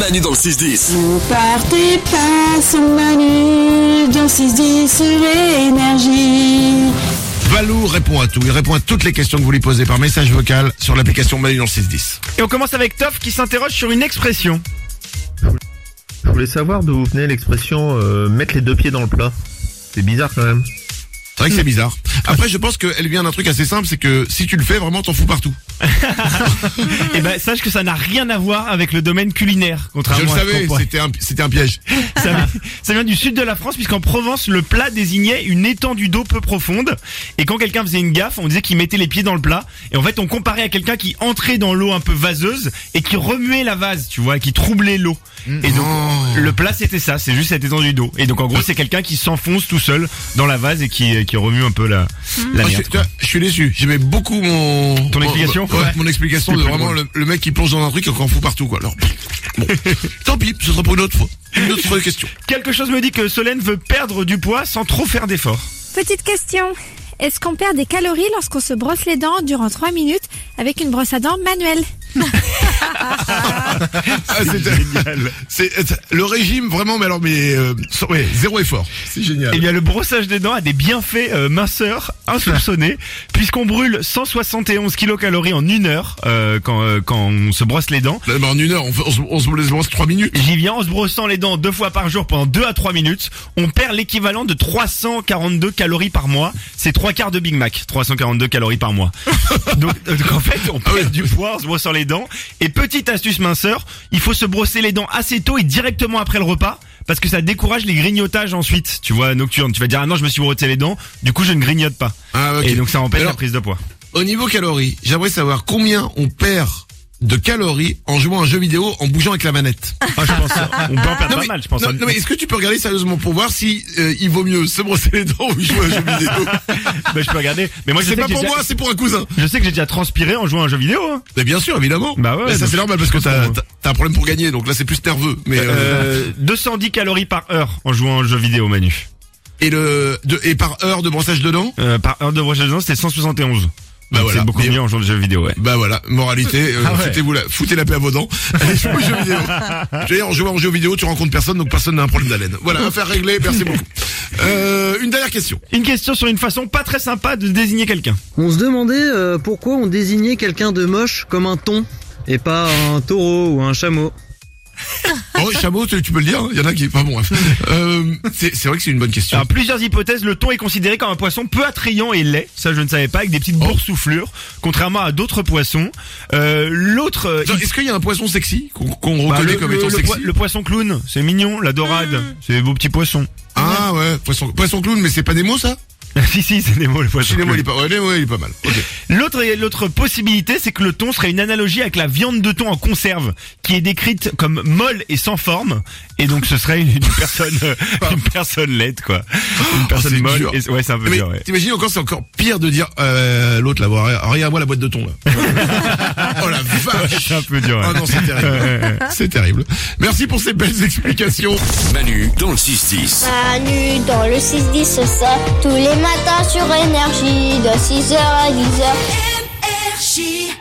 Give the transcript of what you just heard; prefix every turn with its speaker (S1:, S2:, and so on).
S1: Manu dans le 6-10.
S2: Ne partez pas sans Manu dans 6-10 sur énergie.
S3: Valou répond à tout. Il répond à toutes les questions que vous lui posez par message vocal sur l'application Manu dans le 610.
S4: Et on commence avec Toff qui s'interroge sur une expression.
S5: Je voulais savoir d'où venait l'expression euh, mettre les deux pieds dans le plat. C'est bizarre quand même.
S3: C'est vrai que c'est
S4: Hmm.
S3: bizarre. Après, je pense qu'elle vient d'un truc assez simple, c'est que si tu le fais, vraiment, t'en fous partout.
S4: Et ben sache que ça n'a rien à voir avec le domaine culinaire,
S3: Je
S4: contrairement
S3: le
S4: à ce qu'on
S3: savais,
S4: croit.
S3: c'était un, c'était un piège.
S4: Ça, vient- ça vient du sud de la France puisqu'en Provence, le plat désignait une étendue d'eau peu profonde. Et quand quelqu'un faisait une gaffe, on disait qu'il mettait les pieds dans le plat. Et en fait, on comparait à quelqu'un qui entrait dans l'eau un peu vaseuse et qui remuait la vase, tu vois, qui troublait l'eau.
S3: Mm.
S4: Et donc,
S3: Oh.
S4: le plat c'était ça, c'est juste cette étendue d'eau. Et donc, en gros, c'est quelqu'un qui s'enfonce tout seul dans la vase et qui, qui remue un peu la, la
S3: Ah, je,
S4: merde.
S3: tu
S4: quoi.
S3: vois, je suis déçu. J'aimais beaucoup mon...
S4: Ton
S3: mon- ouais,
S4: explication Ouais.
S3: Mon explication
S4: C'était
S3: de
S4: plus
S3: vraiment le, le mec qui plonge dans un truc et qu'on fout partout. quoi. Alors, bon, tant pis, ce sera pour une autre fois. Une autre question.
S4: Quelque chose me dit que Solène veut perdre du poids sans trop faire d'efforts.
S6: Petite question. Est-ce qu'on perd des calories lorsqu'on se brosse les dents durant 3 minutes avec une brosse à dents manuelle
S3: Ah, c'est génial. le régime, vraiment, mais alors, mais... euh, sans- ouais, zéro effort. C'est génial.
S4: Eh bien, le brossage des dents a des bienfaits euh, minceurs insoupçonnés, puisqu'on brûle 171 kilocalories en une heure euh, quand, euh, quand on se brosse les dents.
S3: Là, mais bah, en une heure, on, fait- on se- on se laisse lance trois minutes.
S4: J'y viens en se brossant les dents deux fois par jour pendant 2 à 3 minutes. On perd l'équivalent de 342 calories par mois. C'est trois quarts de Big Mac, 342 calories par mois. donc, euh, donc en fait, on
S3: Ah
S4: perd du poids en se brossant les dents. Et petite astuce minceur, il faut se brosser les dents assez tôt et directement après le repas. Parce que ça décourage les grignotages ensuite, tu vois, nocturne. Tu vas dire, ah non, je me suis brossé les dents, du coup je ne grignote pas.
S3: Ah, ok.
S4: Et donc ça empêche
S3: Alors,
S4: la prise de poids.
S3: Au niveau calories, j'aimerais savoir combien on perd de calories en jouant à un jeu vidéo en bougeant avec la manette.
S4: Ah, je pense, on peut en perdre pas mal, je pense. hein.
S3: non, non, mais est-ce que tu peux regarder sérieusement pour voir si euh, il vaut mieux se brosser les dents ou jouer à un jeu vidéo
S4: Bah, je peux regarder. Mais moi, je sais,
S3: C'est pas
S4: que j'ai
S3: pour
S4: déjà,
S3: moi, c'est pour un cousin.
S4: je sais que j'ai déjà transpiré en jouant à un jeu vidéo. hein.
S3: Mais bien sûr, évidemment.
S4: Bah ouais,
S3: mais ça
S4: donc,
S3: c'est normal parce que
S4: pense
S3: t'as
S4: pour moi.
S3: t'as- t'as un problème pour gagner, donc là c'est plus nerveux. Mais euh,
S4: Euh, 210 calories par heure en jouant au jeu vidéo Manu.
S3: et le de, et par heure de brossage de dents,
S4: Euh, par heure de brossage de dents, c'était 171.
S3: Bah
S4: Donc
S3: voilà.
S4: c'est beaucoup
S3: Mais-
S4: mieux en jouant au jeu vidéo, ouais.
S3: bah voilà, moralité, euh,
S4: Ah ouais.
S3: foutez-vous la, foutez la paix à vos dents. Allez jouer aux jeux vidéo. D'ailleurs, en jouant aux jeux vidéo, tu rencontres personne, donc personne n'a un problème d'haleine. Voilà, affaire réglée. Merci beaucoup. Euh, une dernière question.
S4: Une question sur une façon pas très sympa de désigner quelqu'un.
S7: On se demandait euh, pourquoi on désignait quelqu'un de moche comme un thon et pas un taureau ou un chameau.
S3: Oh, chameau, tu, tu peux le dire. Il y en a qui. Enfin bon, bref. Euh, c'est c'est vrai que c'est une bonne question.
S4: Alors, plusieurs hypothèses, le thon est considéré comme un poisson peu attrayant et laid, ça je ne savais pas, avec des petites boursouflures, contrairement à d'autres poissons. Euh, L'autre... euh,
S3: Attends, Est-ce qu'il y a un poisson sexy qu'on qu'on
S4: bah,
S3: reconnaît
S4: le,
S3: comme
S4: le-
S3: étant
S4: le
S3: sexy Hmm.
S4: poi- le poisson clown, c'est mignon, la dorade, c'est des beaux petits poissons.
S3: Ah ouais, poisson, poisson clown, mais c'est pas des mots ça
S4: si, si, c'est des mots, le poisson
S3: Si les mots,
S4: clown.
S3: il est pas, ouais, les mots, il est pas mal. Ok.
S4: L'autre l'autre possibilité, c'est que le thon serait une analogie avec la viande de thon en conserve, qui est décrite comme molle et sans forme, et donc ce serait une, une personne euh, une personne laide quoi, une personne
S3: Oh, c'est
S4: molle.
S3: dur.
S4: et- ouais, c'est un peu
S3: Mais
S4: dur. Ouais.
S3: t'imagines encore, c'est encore pire de dire euh, l'autre là, regarde- regarde-moi la boîte de thon là. oh la vache
S4: C'est un peu dur. ouais.
S3: Ah non, c'est terrible. c'est terrible. Merci pour ces belles explications.
S1: Manu dans le 6-10.
S8: Manu dans le 6-10, c'est tous les matins sur énergie de 6h à 10h.
S9: Energia.